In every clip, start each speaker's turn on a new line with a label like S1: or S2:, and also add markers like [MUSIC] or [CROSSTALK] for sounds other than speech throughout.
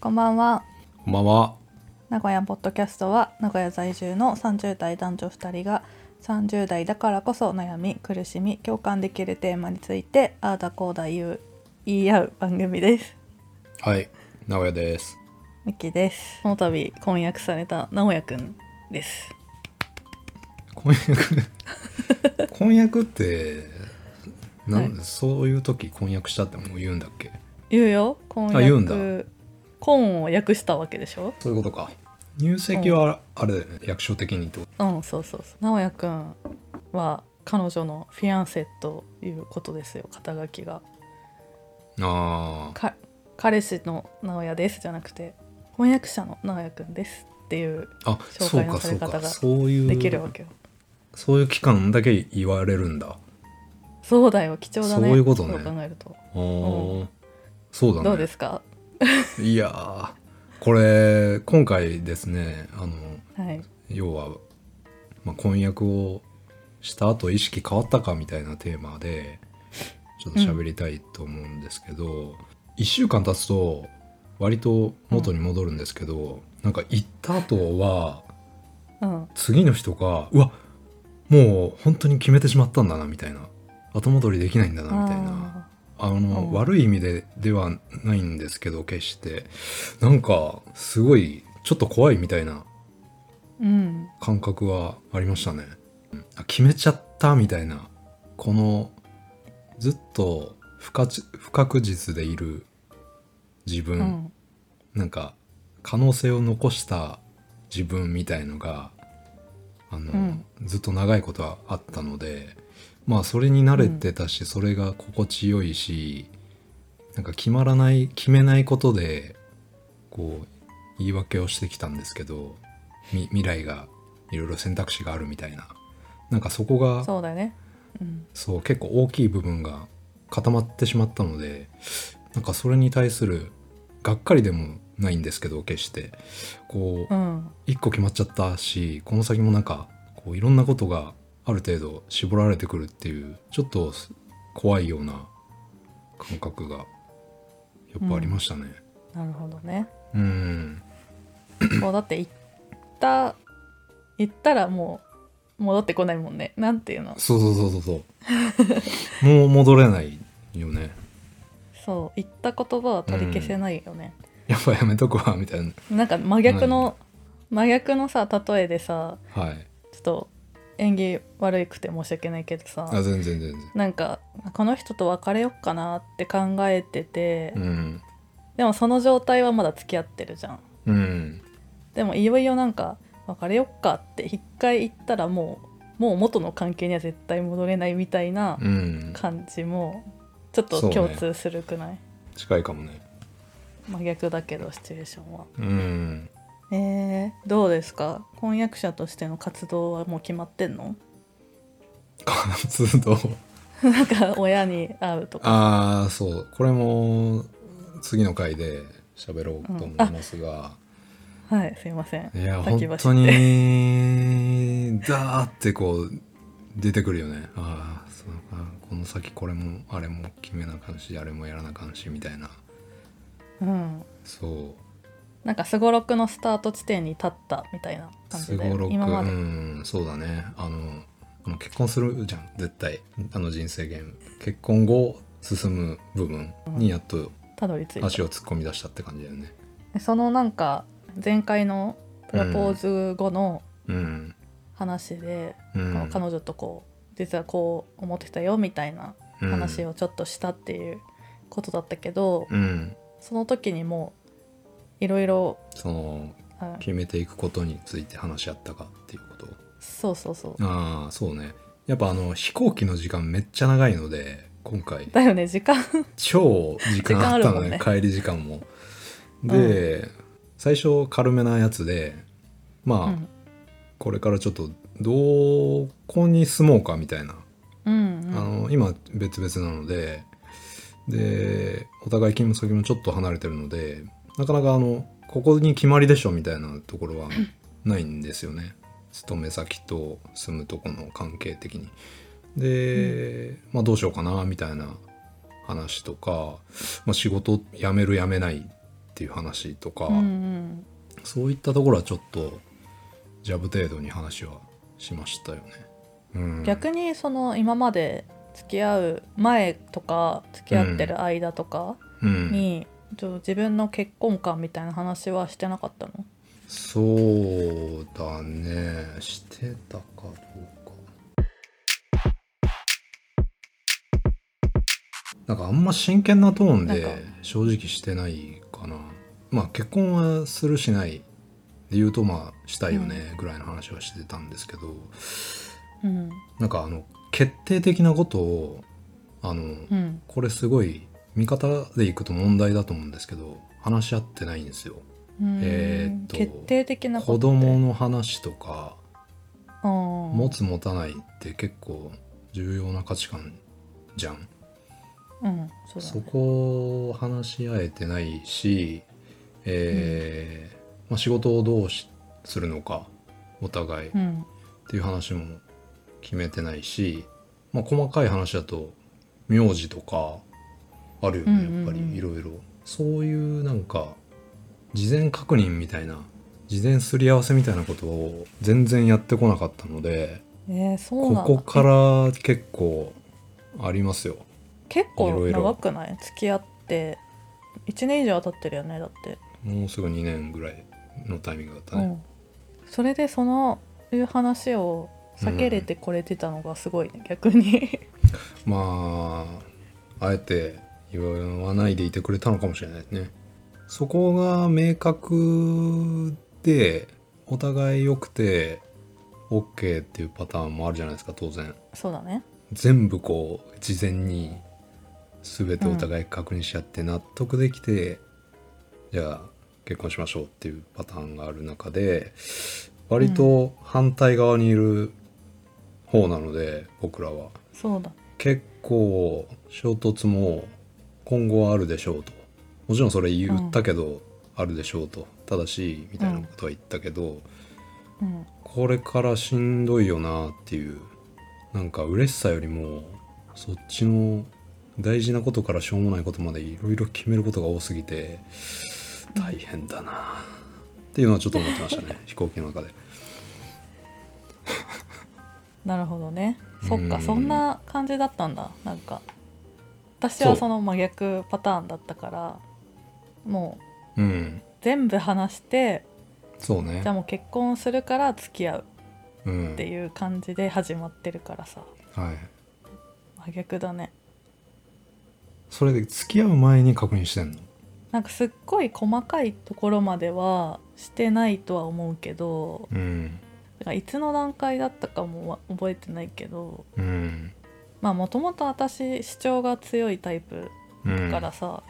S1: こんばんは
S2: こんばんは。
S1: 名古屋ポッドキャストは名古屋在住の30代男女2人が30代だからこそ悩み苦しみ共感できるテーマについてああだこうだ言う言い合う番組です
S2: はい。名古屋です。
S1: ミッキーですこの度婚約された直哉くんです
S2: 婚約婚約って、なん
S1: は
S2: そういう時婚約したってもう言うんだっけ
S1: 言うよ婚約
S2: あ言うん
S1: 婚を訳したわけでしょ
S2: そういうことか。入籍はあれだよね、役所的にってこと。
S1: うんそうそうそう直哉くんは彼女のフィアンセということですよ肩書きが
S2: ああ、
S1: か彼氏の直哉ですじゃなくて翻訳者の直哉くんですっていう
S2: あ
S1: 紹
S2: そ
S1: 介
S2: うか
S1: のさ
S2: そ
S1: れ
S2: う
S1: 方
S2: か。
S1: が
S2: そういう、
S1: できるわけよ、
S2: そういう期間だけ言われるんだ。
S1: そうだよ貴重だね
S2: そういうことね
S1: そう考えると
S2: お
S1: う
S2: お、そうだね。
S1: どうですか
S2: いやー、これ、今回ですね、あの、
S1: はい
S2: 要は、まあ、婚約をした後意識変わったかみたいなテーマでちょっと喋りたいと思うんですけど、1週間経つと割と元に戻るんですけど、なんか行った後は
S1: うん
S2: 次の人がうわもう本当に決めてしまったんだなみたいな後戻りできないんだなみたいな。
S1: あ
S2: あ
S1: うん
S2: の、悪い意味でではないんですけど決してなんかすごいちょっと怖いみたいな
S1: ーうん
S2: 感覚はありましたね。うんあ決めちゃったみたいなこのずっと不確不確実でいる自
S1: う
S2: 分、
S1: ん
S2: なんか可能性を残した自分みたいのがあの、
S1: うん
S2: ずっと長いことはあったのでまあそれに慣れてたし、それが心地よいしなんか決まらない決めないことでこう言い訳をしてきたんですけどみ未来がいろいろ選択肢があるみたいななんかそこが
S1: そうだよねうん
S2: そう結構大きい部分が固まってしまったのでなんかそれに対するがっかりでもないんですけど決してこう
S1: うん
S2: 一個決まっちゃったしこの先もなんかこういろんなことがある程度絞られてくるっていうちょっと怖いような感覚がやっぱありましたね。
S1: なるほど
S2: [COUGHS]
S1: ね
S2: うん、
S1: そうだって行った行ったらもう戻ってこないもんねなんていうの
S2: そうそうそうそうそう。もう戻れないよね。
S1: そう言った言葉は取り消せないよね、
S2: やっぱやめとくわみたいな。
S1: なんか真逆の、真逆のさ例えでさ
S2: はい。
S1: ちょっと演技悪くて申し訳ないけどさ
S2: あ全然全然。
S1: なんかこの人と別れよっかなって考えてて、
S2: うん。
S1: でもその状態はまだ付き合ってるじゃん
S2: うん。
S1: でもいよいよなんか別れよっかって一回言ったらもうもう元の関係には絶対戻れないみたいな
S2: うん、
S1: 感じもちょっと
S2: そうね
S1: 共通するくない、
S2: 近いかもね。
S1: 真逆だけどシチュエーションは
S2: うん。 [LAUGHS]
S1: えー、どうですか婚約者としての活動はもう決まってんの [LAUGHS]
S2: 活動。
S1: なんか親に会うとか
S2: ああ、そう。これも次の回で喋ろうと思いますが。
S1: はいすいません
S2: いや、
S1: 先走って
S2: 本当に、だーってこう、出てくるよね。ああ、そうか。この先これも、あれも決めなあかんし、あれもやらなあかんし、みたいな。
S1: うん
S2: そ
S1: なんかすごろくのスタート地点に立ったみたいな
S2: う。
S1: 感
S2: す
S1: じで
S2: ごろく。う
S1: 今まで、
S2: ん、そうだね。あの、あの結婚するじゃん、絶対。あの人生ゲーム。結婚後、進む部分にやっと
S1: たどり着い
S2: 足
S1: た
S2: を突っ込み出したって感じだよね。
S1: でそのなんか前回のプロポーズ後の
S2: うん。
S1: 話で、
S2: うん
S1: こう彼女とこう実はこう思ってたよみたいな話をちょっとしたっていうことだったけど、
S2: うん。
S1: その時にもういろいろ
S2: その
S1: あ
S2: 決めていくことについて話し合ったかっていうこと。
S1: そうそうそう
S2: ああそうね。やっぱあの飛行機の時間めっちゃ長いので今回
S1: だよね時間
S2: 超時間あ
S1: 時間
S2: っ
S1: ある
S2: た
S1: も
S2: の
S1: ん
S2: ね
S1: ね
S2: 帰り時間も。で、最初軽めなやつでまあ、
S1: うん
S2: これからちょっとどこに住もうかみたいな
S1: うんうん
S2: あの今別々なのででお互い勤務先もちょっと離れてるのでなかなかあのここに決まりでしょみたいなとこ
S1: [LAUGHS]
S2: ろはないんですよね勤め先と住むとこの関係的に。で、まあどうしようかなみたいな話とか、まあ、仕事辞める辞めないっていう話とか、
S1: うんうん
S2: そういったところはちょっとジャブ程度に話はしましたよね。うん、
S1: 逆にその今まで付き合う前とか付き合ってる間とか
S2: うん、
S1: に、ちょ自分の結婚観みたいな話はしてなかったの
S2: そうだねしてたかどうか。なんかあんま真剣なトーン
S1: なん
S2: で
S1: か
S2: 正直してないかな。まあ結婚はするしないで言うとまあしたいよねぐらいの話はしてたんですけど、
S1: うん
S2: なんかあの決定的なことをあの、
S1: うん
S2: これすごい見方でいくと問題だと思うんですけど話し合ってないんですよ
S1: うん
S2: えーっと
S1: 決定的な
S2: 子
S1: ことって
S2: 供の話とか
S1: あー
S2: 持つ持たないって結構重要な価値観じゃん
S1: うんそうだ
S2: そ
S1: ね
S2: こを話し合えてないし、えーまあ、仕事をどうしするのかお互いっ
S1: うん
S2: ていう話も決めてないし、まあ、細かい話だと名字とかあるよ
S1: うんうんうん
S2: ねやっぱりいろいろそういうなんか事前確認みたいな事前すり合わせみたいなことを全然やってこなかったので
S1: えー、そう
S2: こ
S1: なんだ
S2: こから結構ありますよ。
S1: 結
S2: い
S1: 構
S2: ろいろ
S1: 長くない付き合って1年以上は経ってるよねだって、
S2: もうすぐ2年ぐらいのタイミングだったね。
S1: うん、それでそのいう話を避けれてこれてたのがすごいね、逆に [LAUGHS]
S2: まああえて言わないでいてくれたのかもしれないですねそこが明確でお互い良くて OK っていうパターンもあるじゃないですか当然
S1: そうだね
S2: 全部こう事前に全てお互い確認し合って納得できて、じゃあ結婚しましょうっていうパターンがある中で割と反対側にいる方なので、僕らは
S1: そうだ
S2: 結構衝突も今後はあるでしょうともちろんそれ言ったけど、あるでしょうとただしみたいなことは言ったけど、
S1: うん
S2: これからしんどいよなっていうなんか嬉しさよりもそっちの大事なことからしょうもないことまでいろいろ決めることが多すぎて大変だなっていうのはちょっと思ってました
S1: [LAUGHS]
S2: ね飛行機の中で。
S1: なるほどねそっ
S2: う
S1: か
S2: ん
S1: そんな感じだったんだなんか私はその真逆パターンだったからも
S2: うん
S1: う全部話して
S2: そうね
S1: じゃあもう結婚するから付き合う
S2: うん
S1: っていう感じで始まってるからさ
S2: はい、
S1: 真逆だね
S2: それで付き合う前に確認してんの
S1: なんかすっごい細かいところまではしてないとは思うけど
S2: うん
S1: だからいつの段階だったかもわ覚えてないけど
S2: うん
S1: まあもともと私主張が強いタイプ
S2: うん
S1: だからさ、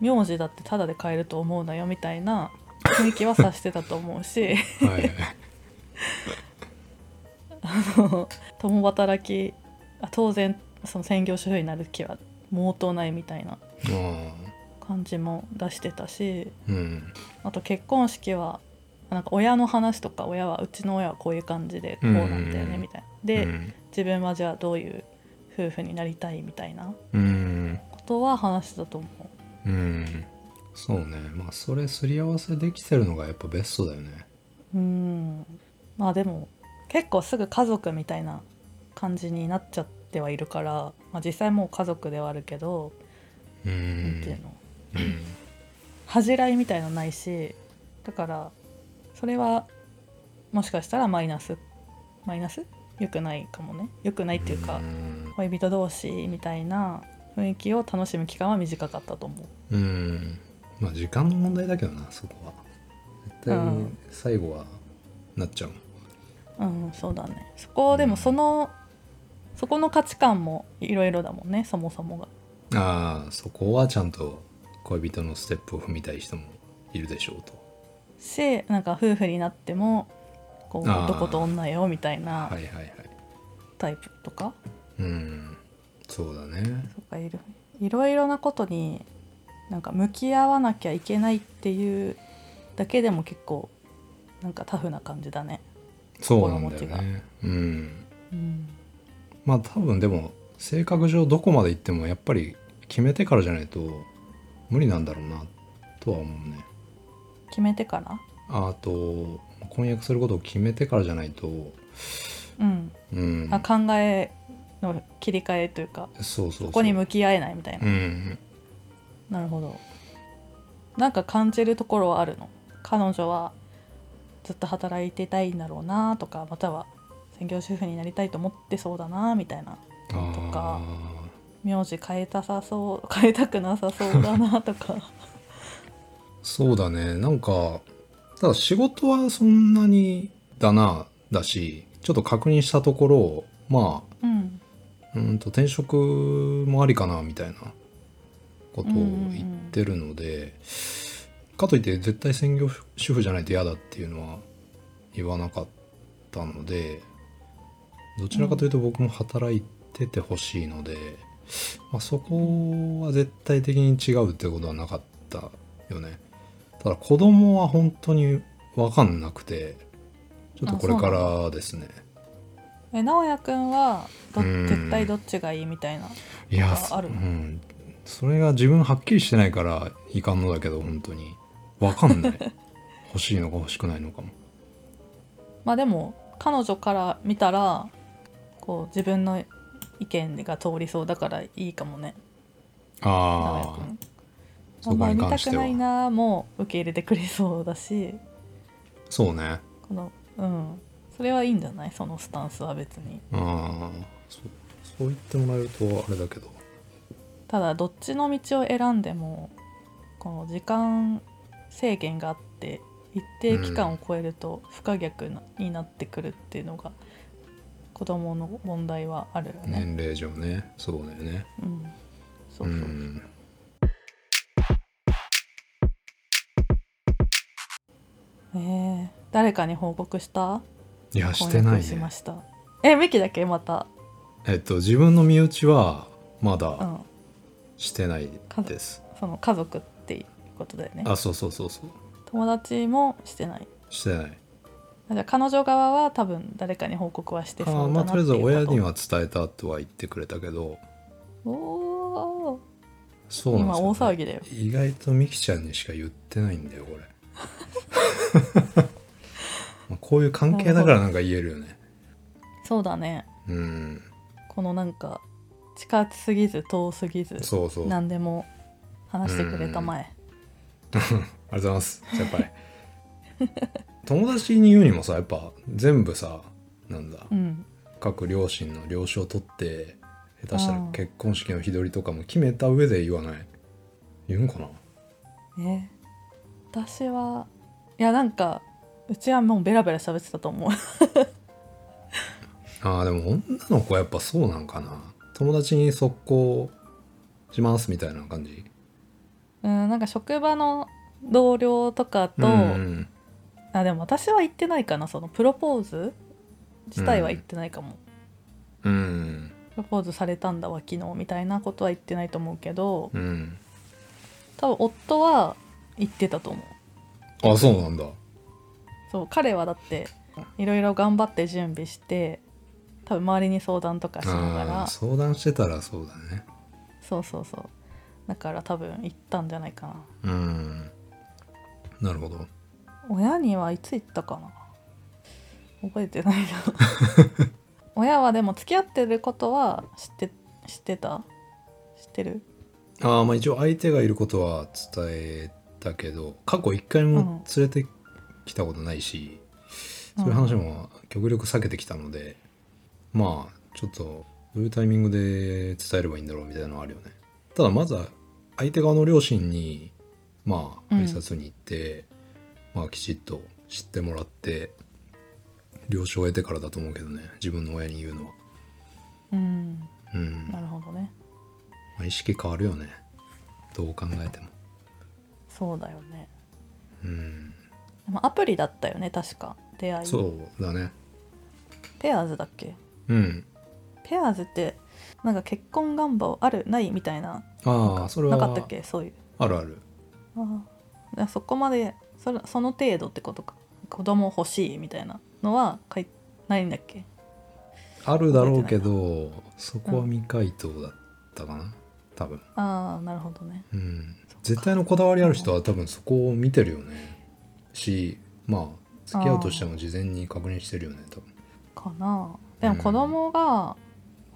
S1: 名字だってタダで変えると思うなよみたいな雰囲気はさしてたと思う [LAUGHS] し
S2: はい、
S1: 共働きあ当然その専業主婦になる気は毛頭ないみたいな
S2: あ
S1: 感じも出してたし
S2: あうん
S1: あと結婚式はなんか親の話とか親はうちの親はこういう感じでこうなんだよね
S2: うん
S1: みたいな、で、
S2: うん
S1: 自分はじゃあどういう夫婦になりたいみたいな
S2: うん、
S1: ことは話してたと思う
S2: うん、そうねまあそれすり合わせできてるのがやっぱベストだよね
S1: うんまあでも結構すぐ家族みたいな感じになっちゃってはいるから、まあ、実際もう家族ではあるけど、
S2: う
S1: なんていうんの
S2: うん
S1: 恥じらいみたいのないしだからそれはもしかしたらマイナスマイナス良くないかもね良くないっていうか、
S2: うん
S1: 恋人同士みたいな雰囲気を楽しむ期間は短かったと思う
S2: うんまあ時間の問題だけどなそこは絶対
S1: う
S2: に
S1: ん
S2: 最後はなっちゃう
S1: うんそうだねそこでもその、そこの価値観もいろいろだもんねそもそもが
S2: ああそこはちゃんと恋人のステップを踏みたい人もいるでしょうと
S1: しなんか夫婦になってもこう
S2: あー
S1: 男と女よみたいな
S2: はいはいはい
S1: タイプとか
S2: うんそうだね
S1: とかいるいろいろなことになんか向き合わなきゃいけないっていうだけでも結構なんかタフな感じだね。
S2: そうなんだよねうん
S1: うん、
S2: まあ多分でも性格上どこまで行ってもやっぱり決めてからじゃないと無理なんだろうなとは思うね
S1: 決めてから
S2: ああと婚約することを決めてからじゃないと
S1: うん、
S2: うん
S1: あ考えの切り替えというか
S2: そうそうそう
S1: ここに向き合えないみたいな、
S2: うん
S1: なるほどなんか感じるところはあるの彼女はずっと働いてたいんだろうなとかまたは専業主婦になりたいと思ってそうだなみたいな
S2: あー
S1: とか名字変えたさそう [LAUGHS] 変えたくなさそうだなとか
S2: そうだねなんかただ仕事はそんなにだなだしちょっと確認したところま
S1: [LAUGHS] うん
S2: あうーんと転職もありかなみたいなことを言ってるので、かといって絶対専業主婦じゃないと嫌だっていうのは言わなかったのでどちらかというと僕も働いててほしいので、まあ、そこは絶対的に違うってことはなかったよねただ子供は本当に分かんなくてちょっとこれからですね
S1: え直哉くんはど
S2: うん
S1: 絶対どっちがいいみたいない
S2: や
S1: ある
S2: う
S1: の
S2: ん、それが自分はっきりしてないからいかんのだけど本当に分かんない
S1: [LAUGHS]
S2: 欲しいのか欲しくないのかも
S1: まあでも彼女から見たらこう自分の意見が通りそうだからいいかもね直哉
S2: あ
S1: くん
S2: あそこに
S1: 見た
S2: 関し
S1: く
S2: ては
S1: ないなも受け入れてくれそうだし
S2: そうね
S1: このうんそれはいいんじゃないそのスタンスは別に
S2: ああそうそう言ってもらえるとあれだけど
S1: ただどっちの道を選んでもこの時間制限があって一定期間を超えると不可逆なになってくるっていうのが子供の問題はあるよね。
S2: 年齢上ねそうだよね
S1: うん、そうそうう、
S2: ん
S1: えー誰かに報告した
S2: いやしてな
S1: 婚
S2: い
S1: 約しま
S2: ね
S1: したえミキだけまた、
S2: えっと自分の身内はま
S1: う
S2: だ
S1: ん、
S2: してないです、
S1: その家族っていうことだよね
S2: あそうそうそうそう
S1: 友達もしてない
S2: してない
S1: あじゃあ彼女側は多分誰かに報告はして
S2: あ
S1: そうだな
S2: ー
S1: っていう
S2: まあとりあえず親に
S1: こ
S2: は伝えたとは言ってくれたけど
S1: とおー
S2: そうなんで
S1: 今
S2: すよ、
S1: 大騒ぎだよ
S2: 意外とミキちゃんにしか言ってないんだよこれ [LAUGHS] まあこういう関係だからなんか言えるよね
S1: そうだね
S2: うん
S1: このなんか近すぎず遠すぎず
S2: そうそうありが
S1: 何でも話してくれた前
S2: とうございます先輩 [LAUGHS] 友達に言うにもさやっぱ全部さなんだ
S1: うん
S2: 各両親の了承を取って下手したら
S1: うん
S2: 結婚式の日取りとかも決めた上で言わない言うんかな
S1: ね私はいやなんかうちはもうベラベラ喋ってたと思う [LAUGHS]
S2: あーでも女の子はやっぱそうなんかな友達に速攻しますみたいな感じ
S1: うんなんか職場の同僚とかと、
S2: うん
S1: あでも私は言ってないかなそのプロポーズ自体は言ってないかも、
S2: うん
S1: プロポーズされたんだわ昨日みたいなことは言ってないと思うけど
S2: うん
S1: 多分夫は言ってたと思う
S2: あそうなんだ
S1: そう彼はだっていろいろ頑張って準備して多分周りに相談とかしなが
S2: あ
S1: ら
S2: ー相談してたらそうだね
S1: そうそうそうだから多分行ったんじゃないかな
S2: うんなるほど
S1: 親にはいつ行ったかな覚えて
S2: [LAUGHS]
S1: ないな親はでも付き合ってることは知って知ってた知ってる
S2: ああまあ一応相手がいることは伝えたけど過去一回も連れてきたことないし、そういう話も極力避けてきたので、まあちょっとどういうタイミングで伝えればいいんだろうみたいなのはあるよねただまずは相手側の両親にまあ
S1: うん
S2: 挨拶に行って、まあきちっと知ってもらって了承を得てからだと思うけどね自分の親に言うのは
S1: うん
S2: うん、
S1: な
S2: ま
S1: るほどね
S2: あ、意識変わるよねどう考えても
S1: そうだよね
S2: うん
S1: でもアプリだったよね確か出会い
S2: そうだね
S1: ペアーズだっけ
S2: うん
S1: ペアーズってなんか結婚願望あるないみたいな
S2: ああそれは
S1: なかったっけそういう
S2: あるある
S1: ああだそこまでそれその程度ってことか子供欲しいみたいなのは書いないんだっけ
S2: あるだろうけどそこは未回答だったかな、多分、
S1: ああなるほどね
S2: うん、絶対のこだわりある人は多分そこを見てるよねしまあ付き合うとしても事前に確認してるよね多分
S1: かなでも
S2: うん
S1: 子供が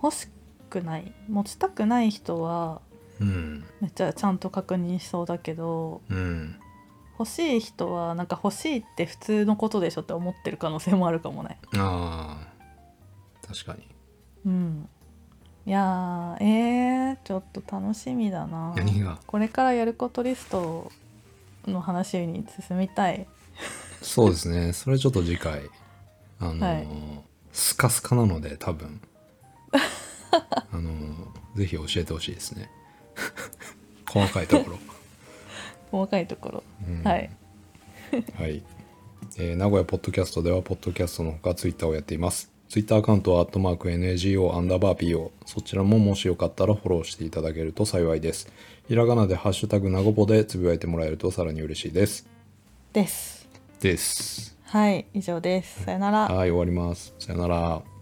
S1: 欲しくない持ちたくない人は
S2: うん
S1: めっちゃちゃんと確認しそうだけど
S2: うん
S1: 欲しい人はなんか欲しいって普通のことでしょって思ってる可能性もあるかもね
S2: ああ確かに
S1: うんいやーえー、ちょっと楽しみだな
S2: 何が
S1: これからやることリストの話に進みたい
S2: そうですねそれちょっと次回あのー
S1: はい
S2: スカスカなので多分 [LAUGHS] あのーぜひ教えてほしいですね [LAUGHS] 細かいところ、
S1: 細かいところ、
S2: [LAUGHS] うん
S1: はい
S2: はい、えー名古屋ポッドキャストではポッドキャストのほかツイッターをやっていますツイッターアカウントはアットマーク NAGO アンダーバー PO そちらももしよかったらフォローしていただけると幸いですひらがなでハッシュタグなごぽでつぶやいてもらえるとさらに嬉しいです
S1: です
S2: です
S1: はい以上ですさよなら
S2: はい終わりますさよなら